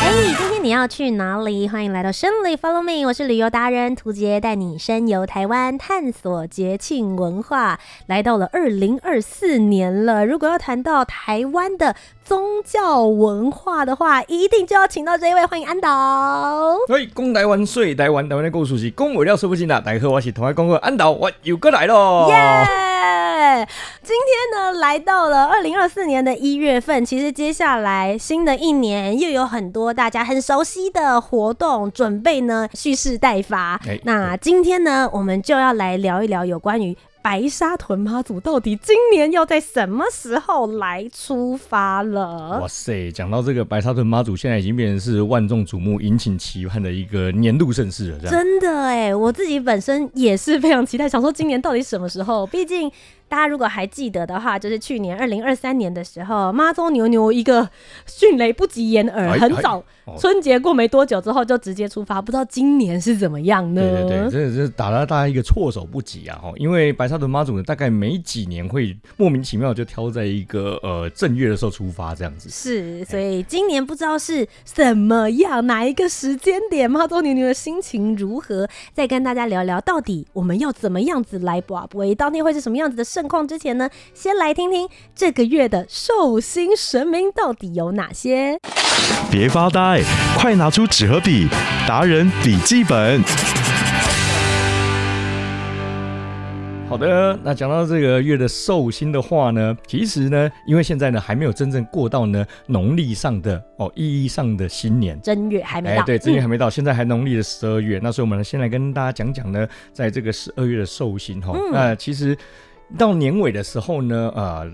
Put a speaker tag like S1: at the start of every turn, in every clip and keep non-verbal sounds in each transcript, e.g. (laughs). S1: 哎，今天你要去哪里？欢迎来到深旅 Follow Me，我是旅游达人涂杰，带你深游台湾，探索节庆文化。来到了二零二四年了，如果要谈到台湾的宗教文化的话，一定就要请到这一位，欢迎安导。
S2: 所以，讲台湾水，台湾台湾的故事是讲不了说不尽的。大家好，我是同爱讲过安导，我又过来喽。
S1: 耶！今天呢，来到了二零二四年的一月份。其实接下来新的一年又有很多大家很熟悉的活动，准备呢蓄势待发。
S2: 哎
S1: 那今天呢，我们就要来聊一聊有关于。白沙屯妈祖到底今年要在什么时候来出发了？
S2: 哇塞，讲到这个白沙屯妈祖，现在已经变成是万众瞩目、引起期盼的一个年度盛事了，这样。
S1: 真的哎、我自己本身也是非常期待，想说今年到底什么时候？毕竟大家如果还记得的话，就是去年二零二三年的时候，妈祖牛牛一个迅雷不及掩耳，
S2: 哎
S1: 很早、
S2: 哎哦
S1: 春节过没多久之后就直接出发，不知道今年是怎么样呢？
S2: 对对对，真的是打了大家一个措手不及啊！哈，因为白沙屯妈祖呢，大概没几年会莫名其妙就挑在一个呃正月的时候出发这样子。
S1: 是，
S2: 哎
S1: 所以今年不知道是怎么样，哪一个时间点，妈祖牛牛的心情如何？再跟大家聊聊，到底我们要怎么样子来把握？当天会是什么样子的盛况？之前呢，先来听听这个月的寿星神明到底有哪些。
S3: 别发呆，快拿出纸和笔，达人笔记本。
S2: 好的，那讲到这个月的寿星的话呢，其实呢，因为现在呢还没有真正过到呢农历上的哦意义上的新年。
S1: 正月还没到，
S2: 哎对，正月
S1: 嗯
S2: 还没到，现在还农历的十二月。那所以我们先来跟大家讲讲呢，在这个十二月的寿星哈，
S1: 嗯
S2: 那其实到年尾的时候呢，呃。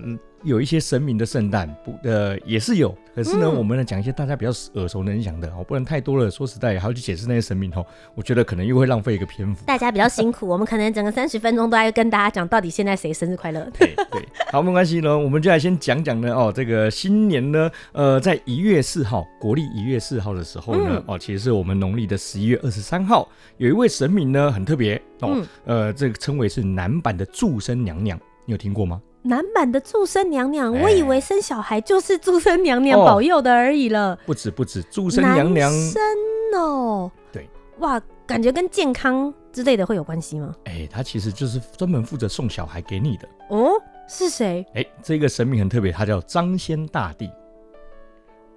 S2: 有一些神明的圣诞不呃也是有，可是呢，
S1: 嗯
S2: 我们呢讲一些大家比较耳熟能详的哦，不然太多了，说实在还要去解释那些神明哦，我觉得可能又会浪费一个篇幅。
S1: 大家比较辛苦，我们可能整个三十分钟都在跟大家讲到底现在谁生日快
S2: (laughs)
S1: 乐。
S2: 对对，好，没关系呢，我们就来先讲讲呢哦，这个新年呢，呃，在一月四号，国历一月四号的时候呢，
S1: 嗯
S2: 哦，其实是我们农历的十一月二十三号，有一位神明呢很特别哦，
S1: 嗯
S2: 呃，这个称为是南版的祝生娘娘，你有听过吗？
S1: 男版的祝生娘娘，我
S2: 哎
S1: 以为生小孩就是祝生娘娘
S2: 哦
S1: 保佑的而已了。
S2: 不止不止，祝生娘娘，
S1: 男生哦，
S2: 对，
S1: 哇，感觉跟健康之类的会有关系吗？
S2: 哎，她其实就是专门负责送小孩给你的。
S1: 哦，是谁？
S2: 哎，这个神明很特别，他叫张先大帝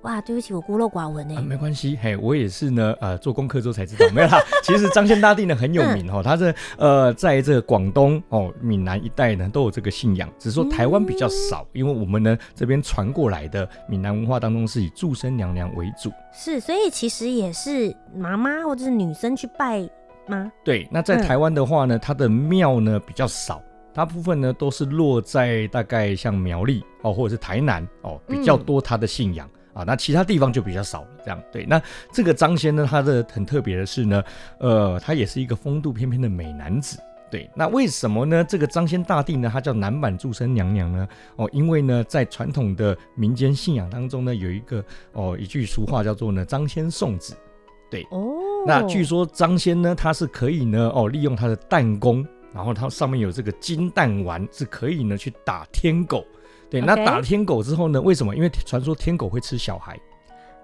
S1: 哇，对不起，我孤陋寡闻哎、
S2: 啊，没关系，嘿，我也是呢，呃，做功课之后才知道，没 (laughs) 有啦。其实张献大帝呢很有名哦，他是呃，在这个广东哦、闽南一带呢都有这个信仰，只是说台湾比较少，因为我们呢这边传过来的闽南文化当中是以祝生娘娘为主。
S1: 是，所以其实也是妈妈或者是女生去拜吗？
S2: 对，那在
S1: 嗯
S2: 台湾的话呢，它的庙呢比较少，大部分呢都是落在大概像苗栗哦，或者是台南哦比较多它的信仰。啊，那其他地方就比较少了，这样对。那这个张先呢，他的很特别的是呢，呃，他也是一个风度翩翩的美男子，对。那为什么呢？这个张先大帝呢，他叫南版祝生娘娘呢？哦，因为呢，在传统的民间信仰当中呢，有一个哦一句俗话叫做呢“张先送子”，对。
S1: 哦，
S2: 那据说张先呢，他是可以呢，哦，利用他的弹弓，然后它上面有这个金弹丸，是可以呢去打天狗。对
S1: OK
S2: 那打了天狗之后呢，为什么？因为传说天狗会吃小孩，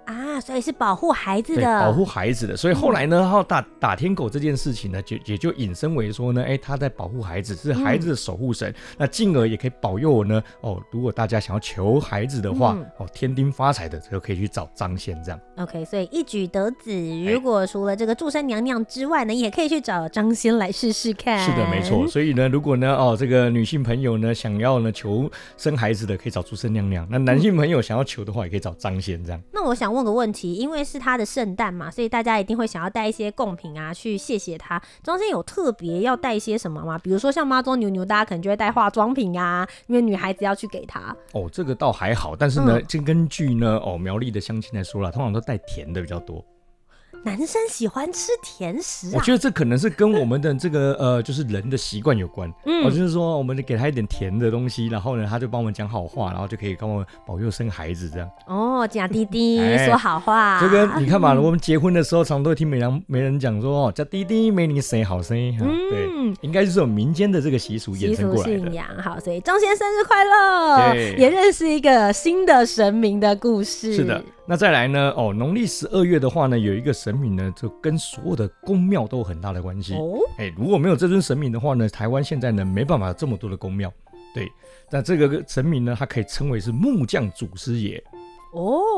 S1: 啊，所以是保护孩子
S2: 对，
S1: 的，
S2: 保护孩子的。所以后来呢，然后打打天狗这件事情呢，就也就引申为说呢，哎，他在保护孩子，是
S1: 嗯
S2: 孩子的守护神，那进而也可以保佑我呢。哦，如果大家想要求孩子的话，
S1: 嗯
S2: 哦，天丁发财的就可以去找张先这样。
S1: OK，所以一举得子。
S2: 哎
S1: 如果除了这个祝生娘娘之外呢，也可以去找张仙来试试看。
S2: 是的，没错。所以呢，如果呢，哦，这个女性朋友呢，想要呢求生孩子的，可以找朱生娘娘；那男性朋友想要求的话，也可以找张先这样。
S1: 那我想问问个问题，因为是他的圣诞嘛，所以大家一定会想要带一些贡品啊，去谢谢他。中间有特别要带一些什么吗？比如说像妈中牛牛，大家可能就会带化妆品啊，因为女孩子要去给他。
S2: 哦，这个倒还好，但是呢
S1: 嗯，
S2: 这、根据呢，哦，苗栗的乡亲来说啦，通常都带甜的比较多。
S1: 男生喜欢吃甜食
S2: 我
S1: 啊，
S2: 觉得这可能是跟我们的这个 (laughs) 呃，就是人的习惯有关。
S1: 嗯
S2: 哦，就是说我们给他一点甜的东西，然后呢，他就帮我们讲好话，然后就可以帮我们保佑生孩子这样。
S1: 哦，假滴滴、
S2: (laughs) 哎
S1: 说好话，
S2: 就跟你看哦嘛，我们结婚的时候，常都会听媒人媒人讲说，哦，叫弟弟没你谁好声音。哈
S1: 嗯
S2: 对，应该是这种民间的这个习俗
S1: 习
S2: 衍生
S1: 俗
S2: 过来
S1: 信
S2: 的。
S1: 仰，好，所以张先生日快乐，
S2: 对
S1: 也认识一个新的神明的故事。
S2: 是的，那再来呢？哦，农历十二月的话呢，有一个神明呢，就跟所有的宫庙都有很大的关系。
S1: 哦，
S2: 哎、如果没有这尊神明的话呢，台湾现在呢没办法这么多的宫庙。对，那这个神明呢，他可以称为是木匠祖师爷，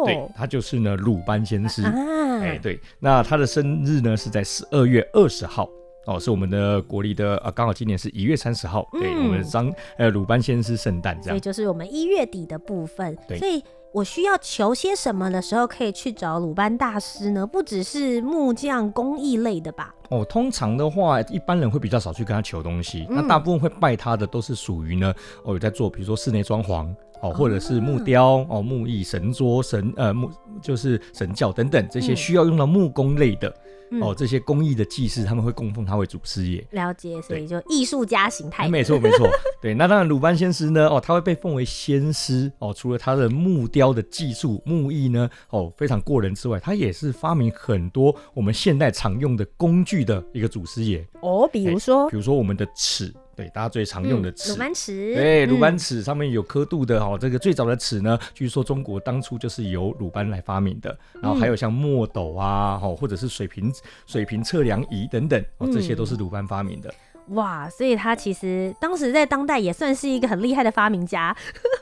S2: 对
S1: 哦，，
S2: 他就是呢鲁班先师。哎、
S1: 啊，
S2: 对，那他的生日呢是在十二月二十号。哦，是我们的国历的啊，刚好今年是一月三十号，对，
S1: 嗯
S2: 我们张呃鲁班先师圣诞这
S1: 所以
S2: 样，
S1: 就是我们一月底的部分，
S2: 对
S1: 所以。我需要求些什么的时候，可以去找鲁班大师呢？不只是木匠工艺类的吧？
S2: 哦，通常的话，一般人会比较少去跟他求东西，
S1: 嗯
S2: 那大部分会拜他的都是属于呢，哦，有在做，比如说室内装潢。哦，或者是木雕、
S1: 啊
S2: 哦，木艺、神桌、神呃木就是神教等等这些
S1: 嗯
S2: 需要用到木工类的、
S1: 嗯
S2: 哦，这些工艺的技师他们会供奉他为祖师爷。
S1: 了解，所以
S2: 对
S1: 就艺术家形态
S2: 哎，。没错没
S1: (laughs)
S2: 错，对。那当然，鲁班先师呢，哦，他会被奉为先师哦。除了他的木雕的技术、木艺呢，哦，非常过人之外，他也是发明很多我们现代常用的工具的一个祖师爷。
S1: 哦，比如说
S2: 比如说我们的尺，对，大家最常哎用的
S1: 嗯
S2: 尺。
S1: 鲁班尺，
S2: 对，鲁
S1: 嗯
S2: 班尺上面有刻度的哦，这个最早的尺呢，据说中国当初就是由鲁班来发明的。
S1: 嗯
S2: 然后还有像墨斗啊，哦，或者是水平水平测量仪等等，哦，
S1: 嗯
S2: 这些都是鲁班发明的。 (laughs)
S1: 哇，所以他其实当时在当代也算是一个很厉害的发明家。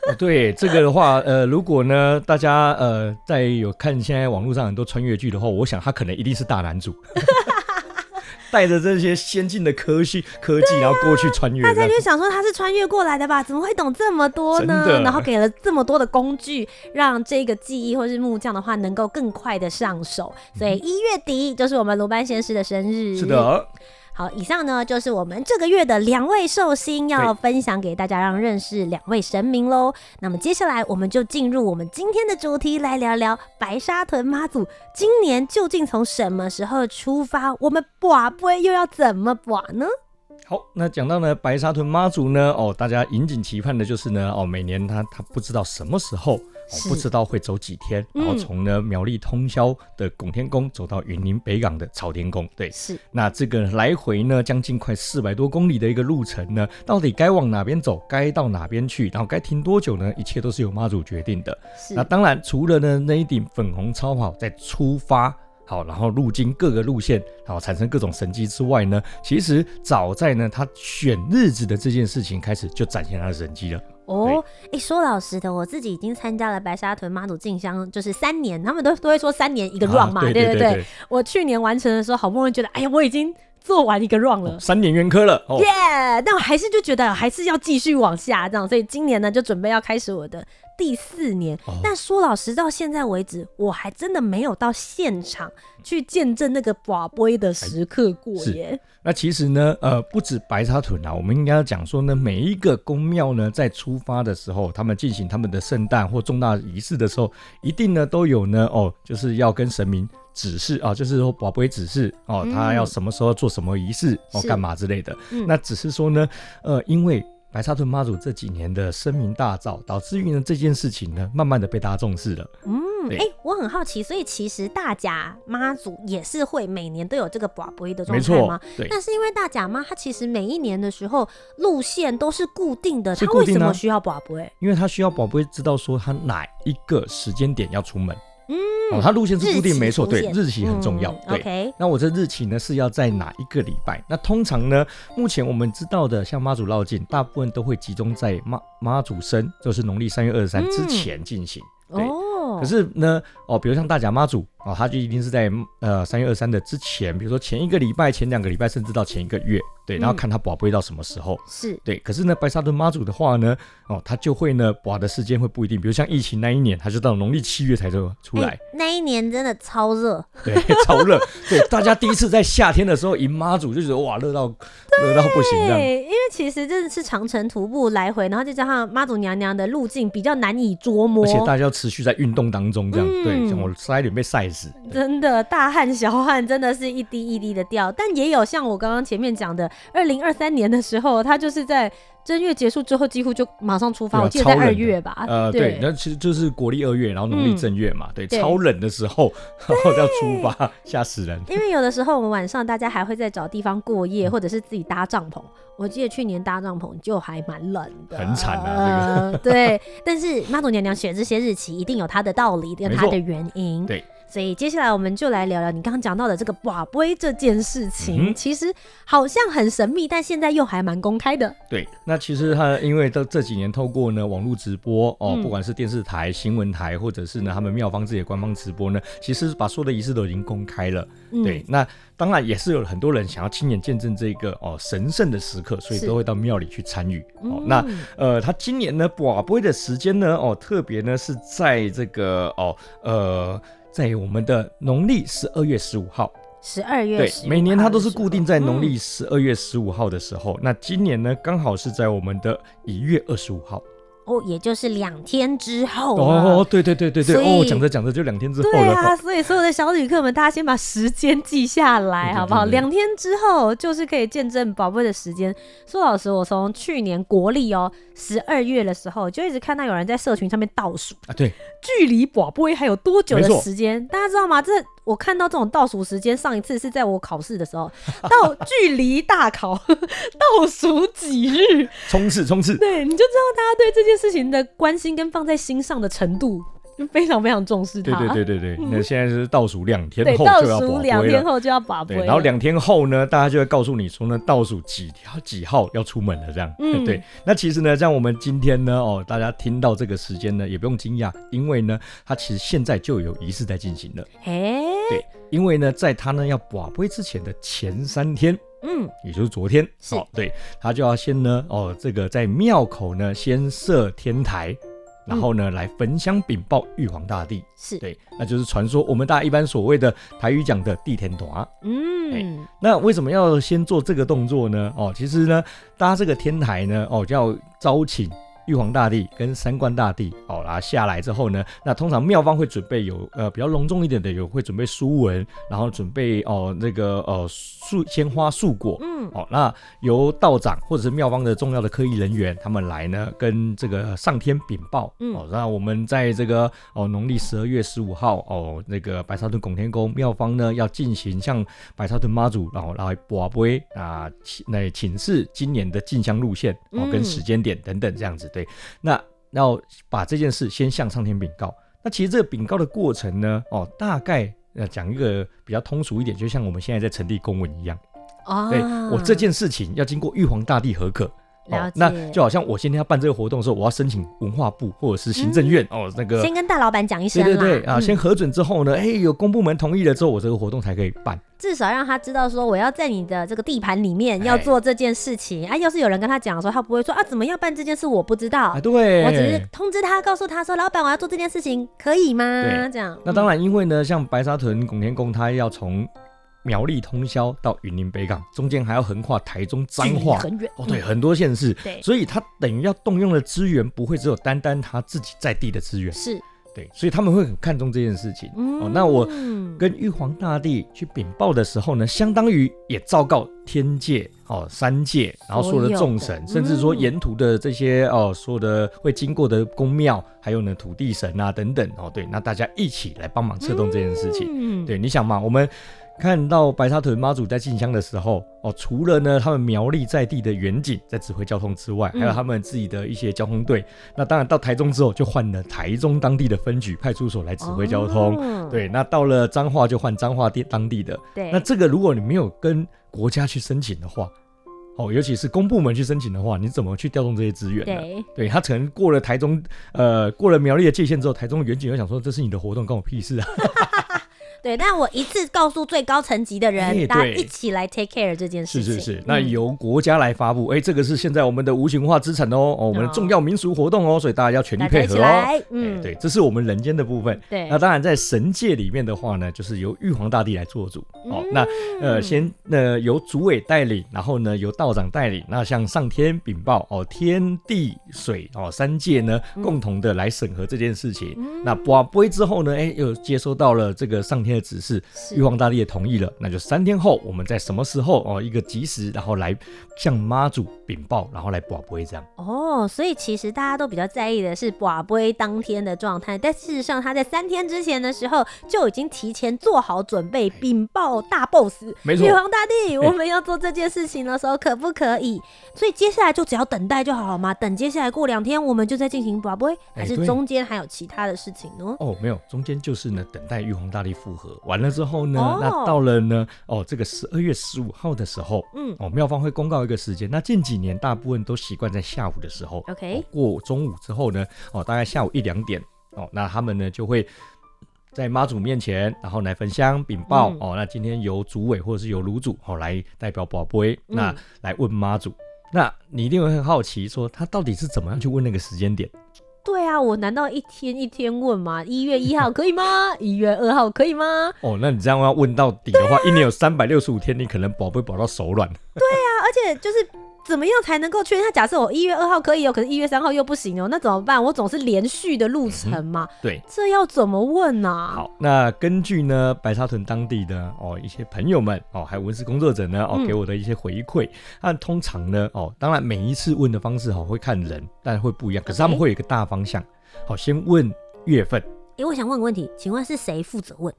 S2: 哦对这个的话，呃，如果呢大家呃在有看现在网络上很多穿越剧的话，我想他可能一定是大男主。 (laughs) 带着这些先进的科技科技，然后过去穿越
S1: 大
S2: 这
S1: 家 (laughs)
S2: 样
S1: 就想说他是穿越过来的吧？怎么会懂这么多呢
S2: 真？的
S1: 然后给了这么多的工具，让这个技艺或是木匠的话能够更快的上手。所以一月底就是我们鲁班先师的生日。
S2: 嗯是的，
S1: 好，以上呢就是我们这个月的两位寿星要分享给大家，让认识两位神明喽。那么接下来我们就进入我们今天的主题，来聊聊白沙屯妈祖今年究竟从什么时候出发？我们寡不又要怎么寡呢？
S2: 好，那讲到呢白沙屯妈祖呢，哦，大家引颈期盼的就是呢，哦，每年他他不知道什么时候，哦
S1: 是、
S2: 不知道会走几天，
S1: 嗯
S2: 然后从呢苗栗通宵的拱天宫走到云林北港的朝天宫，对。
S1: 是
S2: 那这个来回呢，将近快四百多公里的一个路程呢，到底该往哪边走，该到哪边去，然后该停多久呢？一切都是由妈祖决定的。
S1: 是
S2: 那当然，除了呢那一顶粉红超跑在出发。好，然后路经各个路线，好产生各种神迹之外呢，其实早在呢他选日子的这件事情开始就展现他的神迹了。
S1: 哦，哎、说老实的，我自己已经参加了白沙屯妈祖进香，就是三年，他们都都会说三年一个 round 嘛，
S2: 啊对
S1: 对
S2: 对
S1: 对
S2: 对
S1: 我去年完成的时候，好不容易觉得，哎呀，我已经做完一个 round 了
S2: 哦，。三年元科了哦
S1: 耶、但我还是就觉得还是要继续往下这样，所以今年呢就准备要开始我的第四年。
S2: 哦
S1: 但说老实，到现在为止，我还真的没有到现场去见证那个寡杯的时刻过
S2: 哎是
S1: 耶。
S2: 那其实呢，呃，不止白沙屯啊，我们应该要讲说呢，每一个宫庙呢，在出发的时候，他们进行他们的圣诞或重大仪式的时候，一定呢都有呢，哦，就是要跟神明指示啊，就是说宝贝指示哦，
S1: 嗯
S2: 他要什么时候做什么仪式哦，
S1: 是
S2: 干嘛之类的。
S1: 嗯
S2: 那只是说呢，呃，因为。白沙屯妈祖这几年的声名大噪，导致于呢这件事情呢，慢慢的被大家重视了。
S1: 嗯，
S2: 对
S1: 哎、我很好奇，所以其实大甲妈祖也是会每年都有这个寡杯的状
S2: 没
S1: 态
S2: 错
S1: 吗？，
S2: 对。
S1: 那是因为大甲妈她其实每一年的时候路线都是固定的，
S2: 是
S1: 她
S2: 固
S1: 为
S2: 定
S1: 什
S2: 的啊
S1: 么需要寡杯？
S2: 因为他需要宝贝知道说他哪一个时间点要出门。嗯，哦，他路线是固
S1: 日
S2: 定，
S1: 期
S2: 没错，
S1: 出
S2: 对，
S1: 现
S2: 日期很重要，
S1: 嗯
S2: 对。
S1: OK，
S2: 那我这日期呢是要在哪一个礼拜？那通常呢，目前我们知道的，像妈祖绕境，大部分都会集中在妈妈祖生，就是农历三月二十三之前进行。对，
S1: 嗯哦，
S2: 可是呢，哦，比如像大甲妈祖，哦，它就一定是在呃三月二三的之前，比如说前一个礼拜、前两个礼拜，甚至到前一个月，对，
S1: 嗯
S2: 然后看它保不会到什么时候。
S1: 是
S2: 对，可是呢，白沙屯妈祖的话呢，哦，它就会呢，保的时间会不一定，比如像疫情那一年，它就到农历七月才出出来
S1: 哎，那一年真的超热，
S2: 对， (laughs) 超热，对，大家第一次在夏天的时候迎妈祖就觉得哇，热到热到不行这样，
S1: 对，因为其实真的是长城徒步来回，然后再加上妈祖娘娘的路径比较难以捉摸
S2: 而，且大家要持续在运动当中这样，
S1: 嗯
S2: 对，像我差一点被晒死，
S1: 真的大汗小汗真的是一滴一滴的掉。但也有像我刚刚前面讲的，二零二三年的时候，他就是在正月结束之后几乎就马上出发，
S2: 对啊
S1: 我记得在
S2: 超
S1: 二
S2: 冷的
S1: 月吧，
S2: 呃，对，那其实就是国历二月，然后农历正月嘛，对，
S1: 啊嗯对
S2: 超冷的时候， (laughs) 然后要出发，吓死人。
S1: 因为有的时候我们晚上大家还会再找地方过
S2: 嗯
S1: 夜，或者是自己搭帐篷。我记得去年搭帐篷就还蛮冷的，
S2: 很惨啊
S1: 呃对，但是妈祖娘娘选这些日期一定有她的道理，跟
S2: 没
S1: 她
S2: 错
S1: 的原因。
S2: 对，
S1: 所以接下来我们就来聊聊你刚刚讲到的这个寡龟这件事
S2: 嗯
S1: 情，
S2: 哼
S1: 其实好像很神秘，但现在又还蛮公开的。
S2: 对，那其实他因为到这几年透过呢网络直播哦，
S1: 嗯
S2: 不管是电视台、新闻台，或者是呢他们妙方自己的官方直播呢，其实把所有的仪式都已经公开了。
S1: 嗯
S2: 对，那当然也是有很多人想要亲眼见证这个哦神圣的时刻，所以
S1: 是
S2: 都会到庙里去参与。
S1: 嗯
S2: 哦，那呃，他今年呢，卜龟的时间呢，哦，特别呢是在这个哦呃。在我们的农历十二月十五号，
S1: 十二月
S2: 对，
S1: 15
S2: 每年它都是
S1: 号的时候
S2: 固定在农
S1: 嗯
S2: 历十二月十五号的时候。那今年呢，刚好是在我们的一月二十五号。
S1: 哦，也就是两天之后啊了
S2: 哦，对对对对对，
S1: 所以
S2: 哦，讲着讲着就两天之后
S1: 对
S2: 了。
S1: 啊，所以所有的小旅客们，大家先把时间记下来，
S2: 对对
S1: 好不好？
S2: 对对
S1: 两天之后就是可以见证宝贝的时间。说老实，我从去年国历哦十二月的时候，就一直看到有人在社群上面倒数，
S2: 啊，对，
S1: 距离宝贝还有多久的
S2: 没错
S1: 时间？大家知道吗？这我看到这种倒数时间，上一次是在我考试的时候， (laughs) 到距离大考倒数几日， (laughs)
S2: 冲刺冲刺。
S1: 对，你就知道大家对这件事情的关心跟放在心上的程度，就非常非常重视它。
S2: 对对对对对，那现在是倒数两天
S1: 嗯对，
S2: 后
S1: 倒
S2: 就要
S1: 数
S2: 卜
S1: 两
S2: 龟
S1: 天
S2: 了。
S1: 后就要把杯
S2: 对，
S1: 了，
S2: 然后两天后呢，大家就会告诉你说呢，倒数几条几号要出门了，这样。
S1: 嗯
S2: 对。那其实呢，像我们今天呢，哦，大家听到这个时间呢，也不用惊讶，因为呢，它其实现在就有仪式在进行了。
S1: 哎，
S2: 对，因为呢，在他呢要卜龟之前的前三天，
S1: 嗯，
S2: 也就是昨天，
S1: 是
S2: 哦，对，他就要先呢，哦，这个在庙口呢先设天台，然后呢、来焚香禀报玉皇大帝，
S1: 是，
S2: 对，那就是传说我们大家一般所谓的台语讲的地天团。
S1: 嗯，
S2: 那为什么要先做这个动作呢？哦，其实呢，搭这个天台呢，哦，就要招请玉皇大帝跟三官大帝哦，然后下来之后呢，那通常庙方会准备有呃比较隆重一点的，有会准备书文，然后准备哦那个呃树鲜花素果，
S1: 嗯，
S2: 哦，那由道长或者是庙方的重要的科仪人员，他们来呢，跟这个上天禀报。
S1: 嗯
S2: 哦，那我们在这个哦农历十二月十五号哦，那个白沙屯拱天宫庙方呢要进行向白沙屯妈祖，然后来卜杯啊，请那请示今年的进香路线哦
S1: 嗯
S2: 跟时间点等等这样子。对，那要把这件事先向上天禀告。那其实这个禀告的过程呢，哦，大概呃讲一个比较通俗一点，就像我们现在在成立公文一样。
S1: 哦，
S2: 对哎我这件事情要经过玉皇大帝核可。哦
S1: 了解
S2: 那就好像我今天要办这个活动的时候，我要申请文化部或者是行政院、哦，那
S1: 嗯
S2: 个
S1: 先跟大老板讲一声
S2: 对
S1: 啦，
S2: 对对啊，
S1: 嗯
S2: 先核准之后呢，哎，有公部门同意了之后，我这个活动才可以办。
S1: 至少让他知道说我要在你的这个地盘里面要
S2: 哎
S1: 做这件事情啊。要是有人跟他讲说，他不会说啊，怎么要办这件事我不知道
S2: 啊，，对，
S1: 我只是通知他，告诉他说，老板我要做这件事情，可以吗？
S2: 对
S1: 这样，
S2: 那当然，因为呢，像白沙屯拱天宫，它要从苗栗通宵到云林北港，中间还要横跨台中彰
S1: 嗯距离
S2: 化，
S1: 很远
S2: 哦，对，很多县市，
S1: 对
S2: 所以它等于要动用的资源不会只有单单他自己在地的资源，
S1: 是，嗯
S2: 对，所以他们会很看重这件事情。哦，那我跟玉皇大帝去禀报的时候呢，相当于也昭告天界、哦三界，然后所有的众神，
S1: 所有的
S2: 甚至说
S1: 嗯
S2: 沿途的这些哦，所有的会经过的宫庙，还有呢土地神啊等等哦，对，那大家一起来帮忙策动这件事情。
S1: 嗯，
S2: 对，你想嘛，我们看到白沙屯妈祖在进香的时候，哦，除了呢他们苗栗在地的远景在指挥交通之外，还有
S1: 嗯
S2: 他们自己的一些交通队。那当然到台中之后，就换了台中当地的分局派出所来指挥交通。
S1: 哦
S2: 对，那到了彰化就换彰化地当地的。
S1: 对，
S2: 那这个如果你没有跟国家去申请的话，哦，尤其是公部门去申请的话，你怎么去调动这些资源呢？
S1: 对，
S2: 对他可能过了台
S1: (laughs)
S2: 中，呃，过了苗栗的界限之后，台中的远景又想说这是你的活动，关我屁事啊！
S1: 对，但我一次告诉最高层级的
S2: 哎
S1: 人，大家
S2: 对
S1: 一起来 take care 这件事
S2: 是
S1: 情。嗯
S2: 是是，那由国家来发布，哎、这个是现在我们的无形文化资产哦，哦，我们的
S1: 哦
S2: 重要民俗活动哦，所以大家要全力
S1: 大家
S2: 配
S1: 一起
S2: 合哦。
S1: 来，
S2: 哎、
S1: 嗯，
S2: 对，这是我们人间的部分。
S1: 对
S2: 那当然在神界里面的话呢，就是由玉皇大帝来做主哦。
S1: 嗯
S2: 那呃，先呃由主委带领，然后呢由道长带领，那向上天禀报哦，天地水哦三界呢
S1: 嗯
S2: 共同的来审核这件事情。那卜卜之后呢，哎、又接收到了这个上天的指示，
S1: 是
S2: 玉皇大帝也同意了，那就三天后我们在什么时候哦一个及时，然后来向妈祖禀报，然后来卜卜这样。
S1: 哦，所以其实大家都比较在意的是寡杯当天的状态，但事实上他在三天之前的时候就已经提前做好准备，禀报大 boss，
S2: 哎没错哎
S1: 玉皇大帝，我们要做这件事情的时候可不可以？所以接下来就只要等待就好了嘛，等接下来过两天我们就再进行寡杯，还
S2: 哎
S1: 是
S2: 对
S1: 中间还有其他的事情呢？
S2: 哦，没有，中间就是呢，等待玉皇大帝复合完了之后呢，
S1: 哦
S2: 那到了呢，哦，这个十二月十五号的时候，
S1: 嗯
S2: (laughs) 哦，庙方会公告一个时间。那近几年大部分都习惯在下午的时候
S1: OK
S2: 哦过中午之后呢，哦，大概下午一两点，哦，那他们呢就会。在妈祖面前，然后来焚香禀报、
S1: 嗯
S2: 哦。那今天由主委或者是由炉主哦来代表宝贝，
S1: 嗯
S2: 那来问妈祖。那你一定会很好奇说他到底是怎么样去问那个时间点？
S1: 对啊，我难道一天一天问吗？一月一 (laughs) 号可以吗？一月二号可以吗？
S2: 哦，那你这样要问到底的话，一年有三百六十五天，你可能宝贝宝到手软。
S1: 啊而且就是怎么样才能够确认？他假设我一月二号可以哦，可是一月三号又不行哦，那怎么办？我总是连续的路程嘛，
S2: 对，
S1: 这要怎么问呢、啊？，
S2: 好，那根据呢白沙屯当地的哦一些朋友们哦，还有文史工作者呢哦
S1: 嗯
S2: 给我的一些回馈，那、通常呢哦，当然每一次问的方式哦会看人，但会不一样，可是他们
S1: OK
S2: 会有一个大方向。好，先问月份。
S1: 诶，我想问个问题，请问是谁负责问？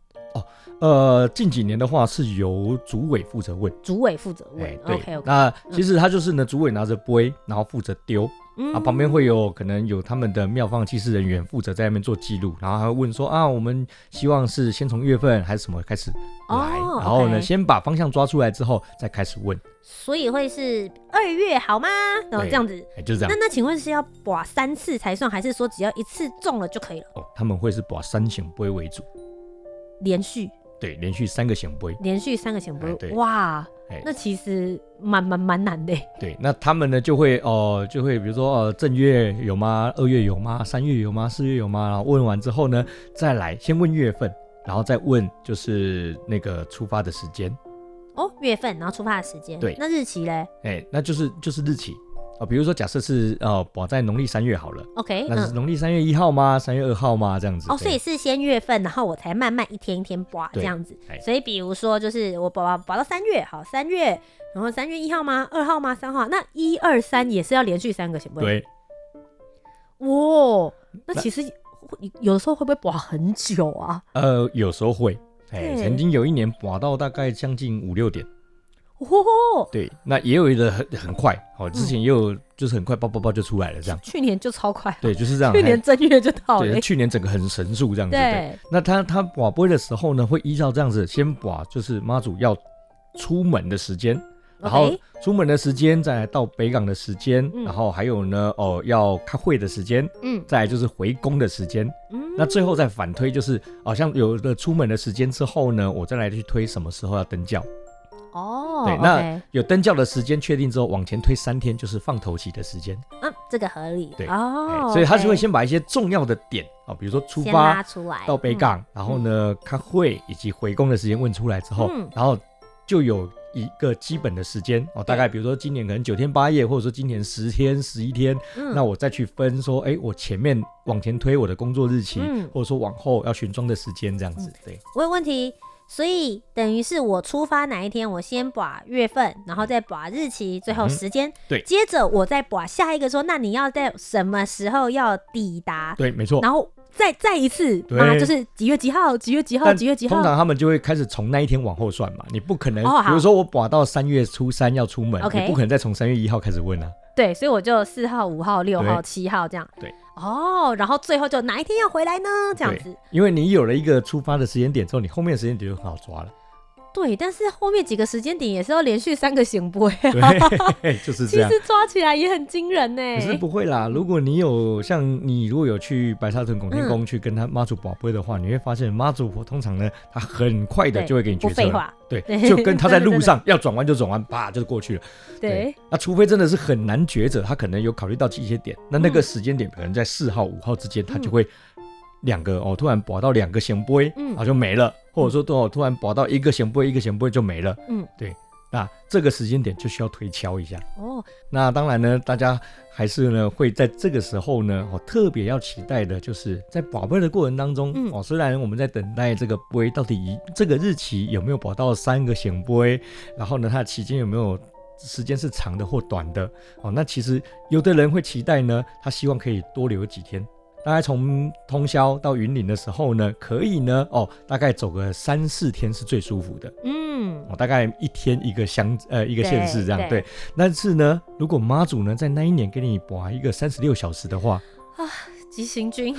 S2: 呃，近几年的话是由主委负责问，
S1: 主委嗯负责问。
S2: 哎，对
S1: OK OK，
S2: 那其实他就是呢，主委拿着杯，然后负责丢，
S1: 嗯
S2: 啊，旁边会有可能有他们的庙方祭祀人员负责在那边做记录，然后还会问说啊，我们希望是先从月份还是什么开始来，
S1: 哦
S2: 然后呢
S1: OK
S2: 先把方向抓出来之后再开始问，
S1: 所以会是二月好吗？然后
S2: 对
S1: 这样子。
S2: 哎，就这样
S1: 那。那请问是要把三次才算，还是说只要一次中了就可以了？
S2: 哦，他们会是把三显杯为主，
S1: 连续
S2: 对，连续三个显杯，
S1: 连续三个钱不
S2: 哎
S1: 会、
S2: 对
S1: 哇，
S2: 哎
S1: 那，其实蛮蛮蛮难的。
S2: 对，那他们呢就会哦、呃就会比如说呃正月有吗？二月有吗？三月有吗？四月有吗？然后问完之后呢，再来先问月份，然后再问就是那个出发的时间。
S1: 哦，月份，然后出发的时间，
S2: 对
S1: 那日期嘞
S2: 哎、那就是就是日期哦。比如说，假设是呃，我在农历三月好了，
S1: ？OK，嗯
S2: 那是农历三月一号吗？三月二号吗？这样子。
S1: 哎哦，所以是先月份，然后我才慢慢一天一天刮
S2: 对
S1: 这样子
S2: 哎。
S1: 所以比如说，就是我保保保到三月，好，三月，然后三月一号吗？二号吗？三号？那一二三也是要连续三个行不行？
S2: 对，
S1: 哇、那
S2: 那
S1: 其实会有的时候会不会刮很久啊？
S2: 呃，有时候会。哎、
S1: 对
S2: 曾经有一年刮到大概将近五六点，
S1: 哦，
S2: 对，那也有一个很很快，哦，之前也有就是很快爆爆爆就出来了，这样，
S1: 去年就超快，
S2: 对，就是这
S1: (laughs)
S2: 样。
S1: 去年
S2: 哎
S1: 正月就到了
S2: 对，。去年整个很神速这样子。
S1: 哦对，
S2: 那他他刮杯的时候呢，会依照这样子，先刮就是妈祖要出门的时间，然后
S1: OK，
S2: 出门的时间，再来到北港的时间，
S1: 嗯
S2: 然后还有呢，哦，要开会的时间，
S1: 嗯
S2: 再来就是回宫的时间。
S1: 嗯，
S2: 那最后再反推，就是好、像有了出门的时间之后呢，我再来去推什么时候要登轿。
S1: 哦，
S2: 对，那
S1: OK，
S2: 有登轿的时间确定之后，往前推三天就是放头旗的时间。
S1: 嗯，这个合理
S2: 对
S1: 哦
S2: 哎，所以他就会
S1: OK，
S2: 先把一些重要的点啊、哦比如说出
S1: 先
S2: 发
S1: 拉出来
S2: 到北
S1: 嗯
S2: 港，然后呢开会以及回宫的时间问出来之后，
S1: 嗯
S2: 然后就有一个基本的时间哦，大概比如说今年可能九天八夜，或者说今年十天十一天，
S1: 嗯
S2: 那我再去分说，哎，我前面往前推我的工作日期，
S1: 嗯
S2: 或者说往后要巡庄的时间这样子，对，
S1: 我有问题，所以等于是我出发哪一天，我先把月份，然后再把日期，最后
S2: 嗯
S1: 时间、
S2: 对
S1: 接着我再把下一个说，那你要在什么时候要抵达，
S2: 对，没错。
S1: 然后再再一次
S2: 对
S1: 妈就是几月几号，几月几号，
S2: 但
S1: 几月几
S2: 通
S1: 号。
S2: 常他们就会开始从那一天往后算嘛，你不可能，
S1: 哦好
S2: 比如说我把到三月初三要出门
S1: OK
S2: 你不可能再从三月一号开始问啊。
S1: 对，所以我就四号、五号、六号、
S2: 对
S1: 七号这样。
S2: 对。
S1: 哦，然后最后就哪一天要回来呢？这样
S2: 对
S1: 子。 (laughs)
S2: 因为你有了一个出发的时间点之后，你后面的时间点就很好抓了。
S1: 对，但是后面几个时间点也是要连续三个行播呀。
S2: 对， (laughs) 就是
S1: (laughs) 其
S2: 这样。
S1: 实抓起来也很惊人呢、
S2: 可是不会
S1: 嗯
S2: 啦，如果你有像你如果有去白沙屯拱天
S1: 嗯
S2: 宫去跟他妈祖宝贝的话，你会发现妈祖婆通常呢，他很快的
S1: 对
S2: 就会给你
S1: 不
S2: 决策
S1: 废
S2: 了，
S1: 话，
S2: 对
S1: 对，
S2: 就跟他在
S1: 真的
S2: 路
S1: (laughs)
S2: 上要转弯就转弯，啪就过去了。
S1: 对，，
S2: 那除非真的是很难抉择，他可能有考虑到一些点，那那个时间点可能在四号、五号之间，他就会两个哦，突然保到两个咸杯，
S1: 嗯
S2: 然后就没了，或者说多少突然保到一个咸杯，一个咸杯就没了，
S1: 嗯，
S2: 对，那这个时间点就需要推敲一下。
S1: 哦，
S2: 那当然呢，大家还是呢会在这个时候呢，哦，特别要期待的就是在宝贝的过程当中，
S1: 嗯
S2: 哦，虽然我们在等待这个杯到底一这个日期有没有保到三个显杯，然后呢，它的期间有没有时间是长的或短的，哦，那其实有的人会期待呢，他希望可以多留几天。大概从通宵到云岭的时候呢，可以呢，哦，大概走个三四天是最舒服的。
S1: 嗯，
S2: 哦，大概一天一个乡呃一个县市这样
S1: 对
S2: 对
S1: 对
S2: 但是呢，如果妈祖呢在那一年给你拔一个三十六小时的话，
S1: 急行
S2: (laughs)
S1: 军。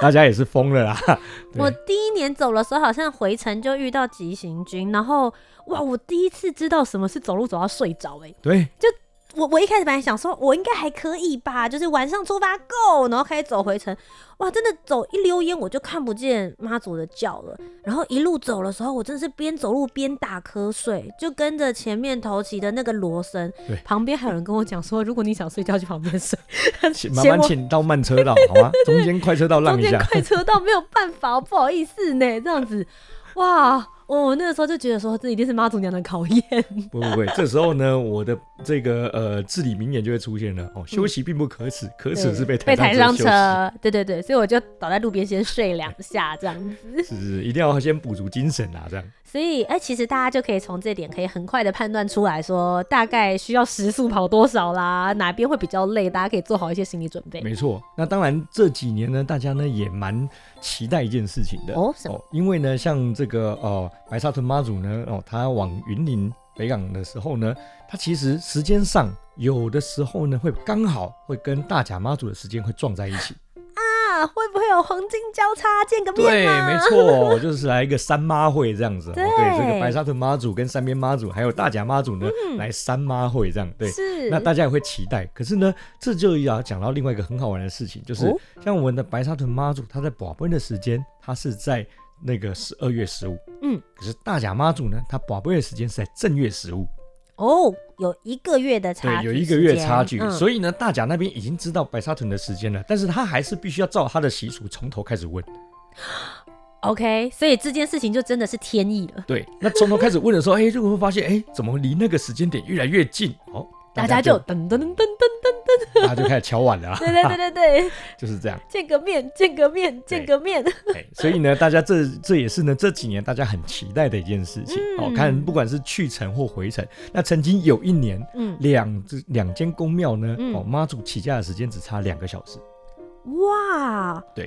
S2: 大家也是疯
S1: (laughs)
S2: 了啦。对
S1: 我第一年走的时候，好像回程就遇到急行军，然后哇，我第一次知道什么是走路走到睡着哎、欸
S2: 对
S1: 我我一开始本来想说，我应该还可以吧，就是晚上出发 go，然后开始走回程，哇，真的走一溜烟我就看不见妈祖的脚了。然后一路走的时候，我真的是边走路边打瞌睡，就跟着前面头骑的那个锣声
S2: 对，
S1: 旁边还有人跟我讲说，如果你想睡觉去旁边睡，
S2: 请麻烦
S1: 我
S2: 请到
S1: (laughs)
S2: 慢车道好吗？中间快车道让
S1: 中
S2: 一
S1: 间
S2: 下。
S1: 快车道没有办法， (laughs) 不好意思呢，这样子，哇，我那个时候就觉得说，这一定是妈祖娘的考验，(laughs)
S2: 不不不，这时候呢，我的这个呃至理名言就会出现了哦，休息并不可耻，可耻 (laughs) 是被
S1: 被抬
S2: 抬
S1: 上
S2: 上车休
S1: 车，对对对，所以我就倒在路边先睡两下，这样子。
S2: 息，是是，一定要先补足精神啊，这样。
S1: 所以，哎、其实大家就可以从这点可以很快的判断出来说，大概需要时速跑多少啦，哪边会比较累，大家可以做好一些心理准备。
S2: 没错，那当然这几年呢，大家呢也蛮期待一件事情的
S1: 哦什么
S2: 因为呢，像这个哦、白沙屯妈祖呢，哦，他往云林北港的时候呢，他其实时间上有的时候呢会刚好会跟大甲妈祖的时间会撞在
S1: (laughs)
S2: 一起。
S1: 啊，会不会有黄金交叉见个
S2: 哦对，
S1: 面嘛？
S2: 没错，就是来一个三妈会这样子。
S1: 对
S2: 哦对，这个白沙屯妈祖跟三边妈祖还有大甲妈祖呢，
S1: 嗯
S2: 来三妈会这样。对，
S1: 是，
S2: 那大家也会期待。可是呢，这就要讲到另外一个很好玩的事情，就是、
S1: 哦
S2: 像我们的白沙屯妈祖，她在保奔的时间，她是在那个十二月十五。
S1: 嗯，
S2: 可是大甲妈祖呢，她保奔的时间是在正月十五，
S1: 哦，有一个月的差
S2: 对，
S1: 距，嗯
S2: 有一个月差距。
S1: 以
S2: 所以呢，大甲那边已经知道白沙屯的时间了，但是他还是必须要照他的习俗从头开始问。
S1: OK，所以这件事情就真的是天意了，
S2: 对，那从头开始问的时候，哎、就会发现，哎、怎么离那个时间点越来越近？哦，
S1: 大家就噔噔噔噔噔噔，
S2: (laughs) 大家就开始敲碗了、啊，
S1: 对对对对对，
S2: 就是这样。
S1: 见个面，见个面，见个面，
S2: (laughs) 哎，所以呢，大家这这也是呢这几年大家很期待的一件事情、哦
S1: 嗯。
S2: 看不管是去程或回程，那曾经有一年
S1: 嗯，
S2: 两这两间宫庙呢，
S1: 嗯
S2: 哦妈祖起驾的时间只差两个小时，
S1: 哇，
S2: 嗯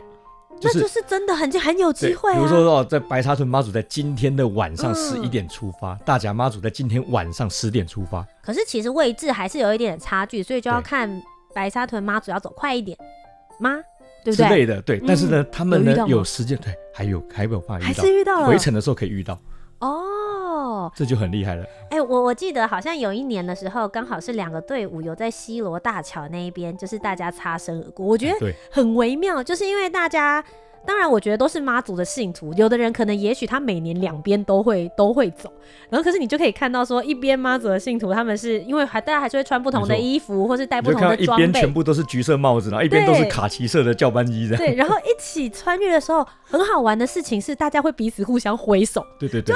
S2: 就
S1: 那
S2: 是。
S1: 就是真的很很有
S2: 对，
S1: 机会啊，
S2: 比如说哦，在白沙屯妈祖在今天的晚上
S1: 嗯
S2: 十一点出发，大甲妈祖在今天晚上十点出发。
S1: 可是其实位置还是有一点点差距，所以就要
S2: 对
S1: 看白沙屯妈祖要走快一点吗？对不
S2: 之
S1: 对？
S2: 类的，对
S1: 嗯。
S2: 但是呢，他们
S1: 有遇
S2: 呢
S1: 到吗
S2: 有时间，对，还有还有办法
S1: 还
S2: 遇到
S1: 是，遇到了
S2: 回程的时候可以遇到，
S1: 哦。
S2: 这就很厉害了。
S1: 哎、我我记得好像有一年的时候，刚好是两个队伍有在西罗大桥那一边，就是大家擦身而过，我觉得
S2: 对，
S1: 很微妙，就是因为大家。当然，我觉得都是妈祖的信徒。有的人可能也许他每年两边都会都会走，然后可是你就可以看到说，一边妈祖的信徒他们是因为还大家还是会穿不同的
S2: 没错
S1: 衣服，或是戴
S2: 你
S1: 不
S2: 就
S1: 同
S2: 看到
S1: 的
S2: 一
S1: 装备。
S2: 边全部都是橘色帽子，然后一边都是卡其色的教班衣这样。
S1: 对，然后一起穿越的时候，很好玩的事情是大家会彼此互相挥手， (laughs)
S2: 对对对，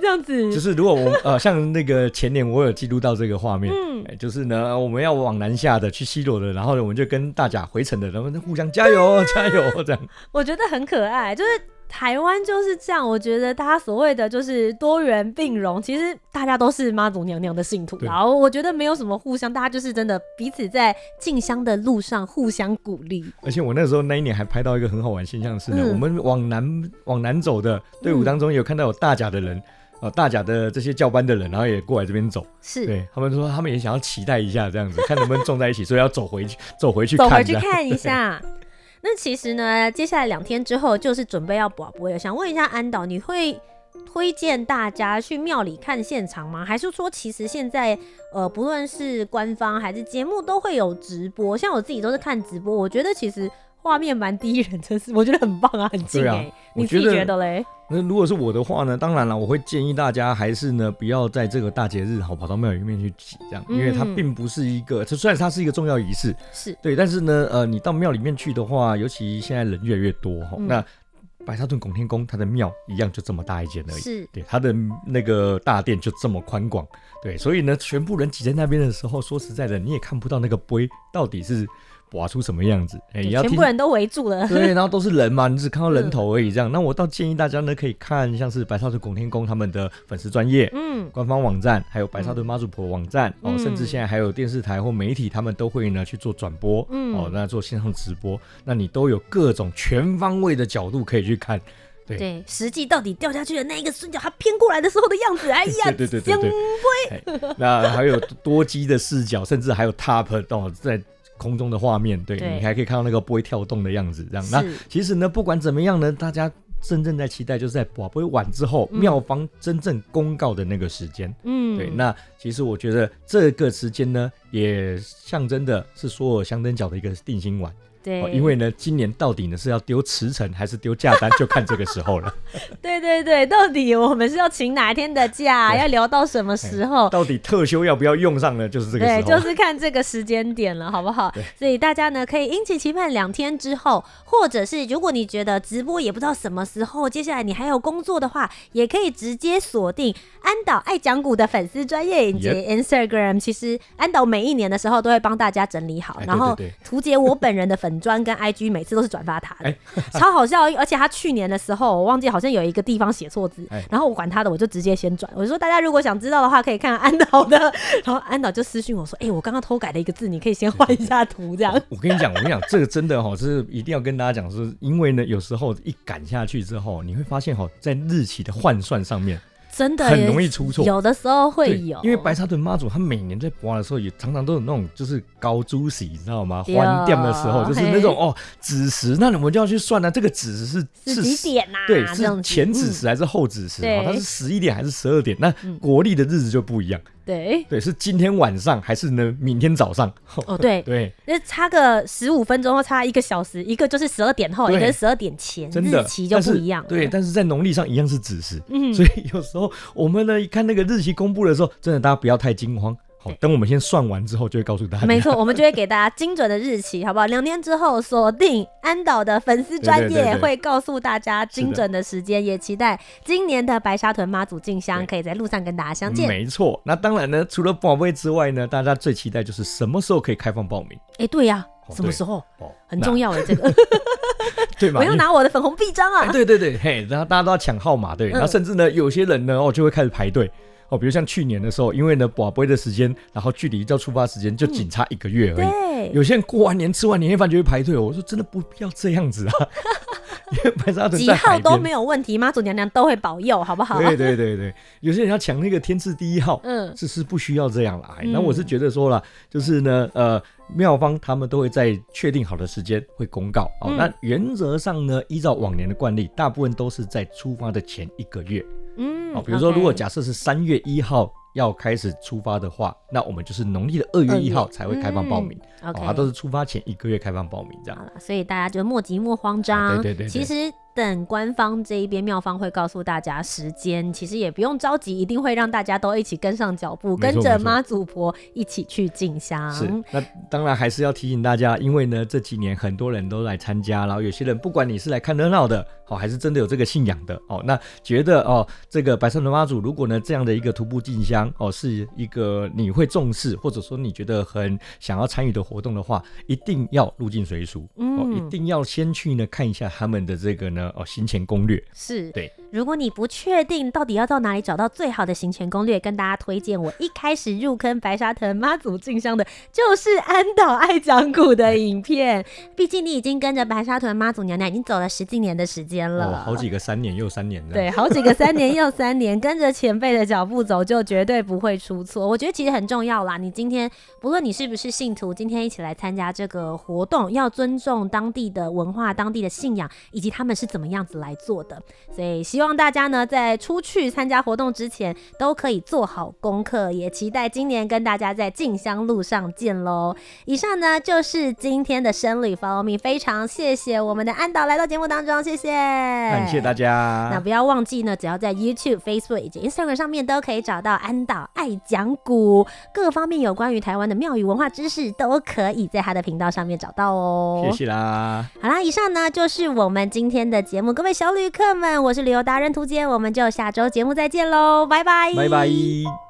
S1: 这样子。
S2: 就是如果我们呃像那个前年我有记录到这个画面，
S1: 嗯
S2: 哎就是呢我们要往南下的去西罗的，然后呢我们就跟大家回程的，然后互相加
S1: 啊
S2: 油加油这样。
S1: 我觉得很可爱，就是台湾就是这样。我觉得大家所谓的就是多元并容，其实大家都是妈祖娘娘的信徒，
S2: 对
S1: 然后我觉得没有什么互相，大家就是真的彼此在进香的路上互相鼓励。
S2: 而且我那时候那一年还拍到一个很好玩的现象是呢，
S1: 嗯
S2: 我们往南往南走的队伍当中有看到有大甲的人。哦，大甲的这些教班的人，然后也过来这边走，
S1: 是，
S2: 对他们说他们也想要期待一下这样子，看能不能撞在一起，所以要走回去，走回去
S1: 走
S2: 看，
S1: 回去
S2: 这样
S1: 看一 (laughs) 下。那其实呢，接下来两天之后就是准备要保播了。想问一下安导，你会推荐大家去庙里看现场吗？还是说其实现在呃，不论是官方还是节目都会有直播？像我自己都是看直播，我觉得其实画面蛮第一人称，是我觉得很棒啊，很近
S2: 对
S1: 哎、
S2: 啊
S1: 你
S2: 我
S1: 自己
S2: 觉得
S1: 觉得嘞？
S2: 那如果是我的话呢，当然了，我会建议大家还是呢不要在这个大节日好跑到庙里面去挤，这样，因为它
S1: 嗯
S2: 并不是一个，这虽然它是一个重要仪式，
S1: 是
S2: 对，但是呢，呃，你到庙里面去的话，尤其现在人越来越多哈、
S1: 嗯
S2: 那白沙屯拱天宫它的庙一样就这么大一间而已，
S1: 是，
S2: 对，它的那个大殿就这么宽广，对，所以呢，全部人挤在那边的时候，说实在的，你也看不到那个杯到底是挖出什么样子，哎、
S1: 对
S2: 也要
S1: 全
S2: 听
S1: 部人都围住 (laughs) 了。
S2: 对，然后都是人嘛，你只看到人头而已。这样，那我倒建议大家呢，可以看像是白沙屯拱天宫他们的粉丝专业。
S1: 嗯，
S2: 官方网站，还有白沙屯妈祖婆网站、
S1: 嗯
S2: 哦，甚至现在还有电视台或媒体，他们都会呢去做转播，
S1: 嗯
S2: 哦，那做线上直播，那你都有各种全方位的角度可以去看，对
S1: 对，实际到底掉下去的那一个瞬间，他偏过来的时候的样子，哎呀，
S2: 对 (laughs) 对对对对，哎那还有多机的视角，甚至还有 top 哦，在空中的画面，对
S1: 对
S2: 你还可以看到那个不会跳动的样子，这样。
S1: 是
S2: 那其实呢，不管怎么样呢，大家真正在期待就是在宝贝完之后，
S1: 嗯
S2: 妙方真正公告的那个时间。
S1: 嗯，
S2: 对，那其实我觉得这个时间呢，也象征的是所有香灯角的一个定心丸、
S1: 对、
S2: 哦，因为呢，今年到底呢是要丢辞呈还是丢价单，就看这个时
S1: (laughs)
S2: 候了。
S1: 对对对，到底我们是要请哪一天的假，
S2: 对
S1: 要聊到什么时候？
S2: 到底特休要不要用上呢？就是这个时候
S1: 对，
S2: 了。
S1: 就是看这个时间点了，好不好？所以大家呢可以引起期盼两天之后，或者是如果你觉得直播也不知道什么时候，接下来你还有工作的话，也可以直接锁定安导爱讲股的粉丝专业以及 Instagram。其实安导每一年的时候都会帮大家整理好，
S2: 哎对
S1: 然后
S2: 对对
S1: 图解我本人的粉砖跟 IG 每次都是转发他的
S2: 哎，
S1: 超好笑。而且他去年的时候，我忘记好像有一个地方写错字
S2: 哎，
S1: 然后我管他的，我就直接先转。我就说大家如果想知道的话，可以看安导的。然后安导就私信我说：“哎、我刚刚偷改了一个字，你可以先换一下图，这样。
S2: 我跟你讲，我跟你讲，这个真的哈、是一定要跟大家讲，是因为呢，有时候一赶下去之后，你会发现哈、哦在日期的换算上面”
S1: (laughs) 真的
S2: 很容易出错。
S1: 有的时候会
S2: 对
S1: 有，
S2: 因为白沙屯妈祖她每年在播的时候，也常常都有那种就是高猪喜，你知道吗？
S1: 对
S2: 换掉的时候，就是那种
S1: 嘿
S2: 哦子时，那我们就要去算了、啊这个子时是
S1: 是几点呐、啊？
S2: 对，
S1: 这样子
S2: 是前啊子
S1: 嗯
S2: 时还是后子时？
S1: 对嗯
S2: 哦，它是十一点还是十二点？那国历的日子就不一样，
S1: 对。
S2: 对，是今天晚上还是呢明天早上？
S1: 哦，对，
S2: 对，
S1: 那差个十五分钟或差一个小时，一个就是十二点后，
S2: 对
S1: 一个是十二点前，
S2: 真的
S1: 日期就不一样了。
S2: 但是对，但是在农历上一样是子时，
S1: 嗯
S2: 所以有时候我们呢一看那个日期公布的时候，真的大家不要太惊慌。好
S1: 对，
S2: 等我们先算完之后，就会告诉大家。
S1: 没错，我们就会给大家精准的日期，好不好？两天之后锁定安导的粉丝专
S2: 对对对
S1: 业，
S2: 对
S1: 会告诉大家精准的时间，也期待今年的白沙屯妈祖进香，
S2: 对
S1: 可以在路上跟大家相见。
S2: 没错。那当然呢，除了宝贝之外呢，大家最期待就是什么时候可以开放报名
S1: 哎、对呀、
S2: 哦
S1: 什么
S2: 对
S1: 时候？
S2: 哦，
S1: 很重
S2: 要，
S1: 要哎，
S2: (laughs)
S1: 这个
S2: 对吗？
S1: 我要
S2: 因为。
S1: 拿我的粉红臂章
S2: 哎
S1: 啊！
S2: 对对对，嘿，然后大家都要抢号码，对，
S1: 嗯
S2: 然后甚至呢，有些人呢，哦，就会开始排队。哦，比如像去年的时候，因为呢，宝贝的时间，然后距离到出发时间就仅差一个月而已，
S1: 嗯对，
S2: 有些人过完年吃完年夜饭就会排队哦，我说真的不必要这样
S1: (laughs)
S2: 子啊， (laughs) 因为白沙屯
S1: 几
S2: 在
S1: 号
S2: 海
S1: 都
S2: 边。
S1: 没有问题，妈祖娘娘都会保佑，好不好？
S2: 对对对对，有些人要抢那个天字第一号，
S1: 嗯
S2: 是是不需要这样啦。哎
S1: 嗯
S2: 那我是觉得说啦，就是呢，呃，妙方他们都会在确定好的时间会公告哦。
S1: 嗯
S2: 那原则上呢，依照往年的惯例，大部分都是在出发的前一个月
S1: 嗯
S2: 哦。比如说，如果
S1: OK
S2: 假设是三月一号要开始出发的话，那我们就是农历的二月一号才会开放报名。
S1: 嗯，OK
S2: 哦，它都是出发前一个月开放报名这样
S1: 好。了，所以大家就莫急莫慌张。
S2: 啊对对对对
S1: 其实等官方这一边，妙方会告诉大家时间，其实也不用着急，一定会让大家都一起跟上脚步，
S2: 没
S1: 跟
S2: 错
S1: 着
S2: 没错
S1: 妈祖婆一起去进香。
S2: 是，那当然还是要提醒大家，因为呢这几年很多人都来参加，然后有些人不管你是来看热闹的，哦，还是真的有这个信仰的，哦，那觉得哦，这个白山屯妈祖如果呢这样的一个徒步进香，哦，是一个你会重视，或者说你觉得很想要参与的活动的话，一定要入境随俗，哦，
S1: 嗯
S2: 一定要先去呢看一下他们的这个呢哦行前攻略，
S1: 是，
S2: 对。
S1: 如果你不确定到底要到哪里找到最好的行前攻略，跟大家推荐我一开始入坑白沙屯妈祖进香的，就是安岛爱讲古的影片。毕竟你已经跟着白沙屯妈祖娘娘已经走了十几年的时间了，
S2: 哦，好几个三年又三年的，
S1: 对，好几个三年又三年，跟着前辈的脚步走，就绝对不会出错。我觉得其实很重要啦。你今天不论你是不是信徒，今天一起来参加这个活动，要尊重当地的文化、当地的信仰，以及他们是怎么。怎么样子来做的。所以希望大家呢，在出去参加活动之前，都可以做好功课，也期待今年跟大家在静香路上见喽。以上呢就是今天的生旅 Follow Me，非常谢谢我们的安导来到节目当中，谢谢，感
S2: 感谢大家。
S1: 那不要忘记呢，只要在 YouTube、Facebook 以及 Instagram 上面都可以找到安导爱讲古，各方面有关于台湾的庙宇文化知识都可以在他的频道上面找到哦。
S2: 谢谢啦，
S1: 好啦，以上呢就是我们今天的节目，各位小旅客们，我是旅游达人涂杰，我们就下周节目再见喽，拜拜，
S2: 拜拜。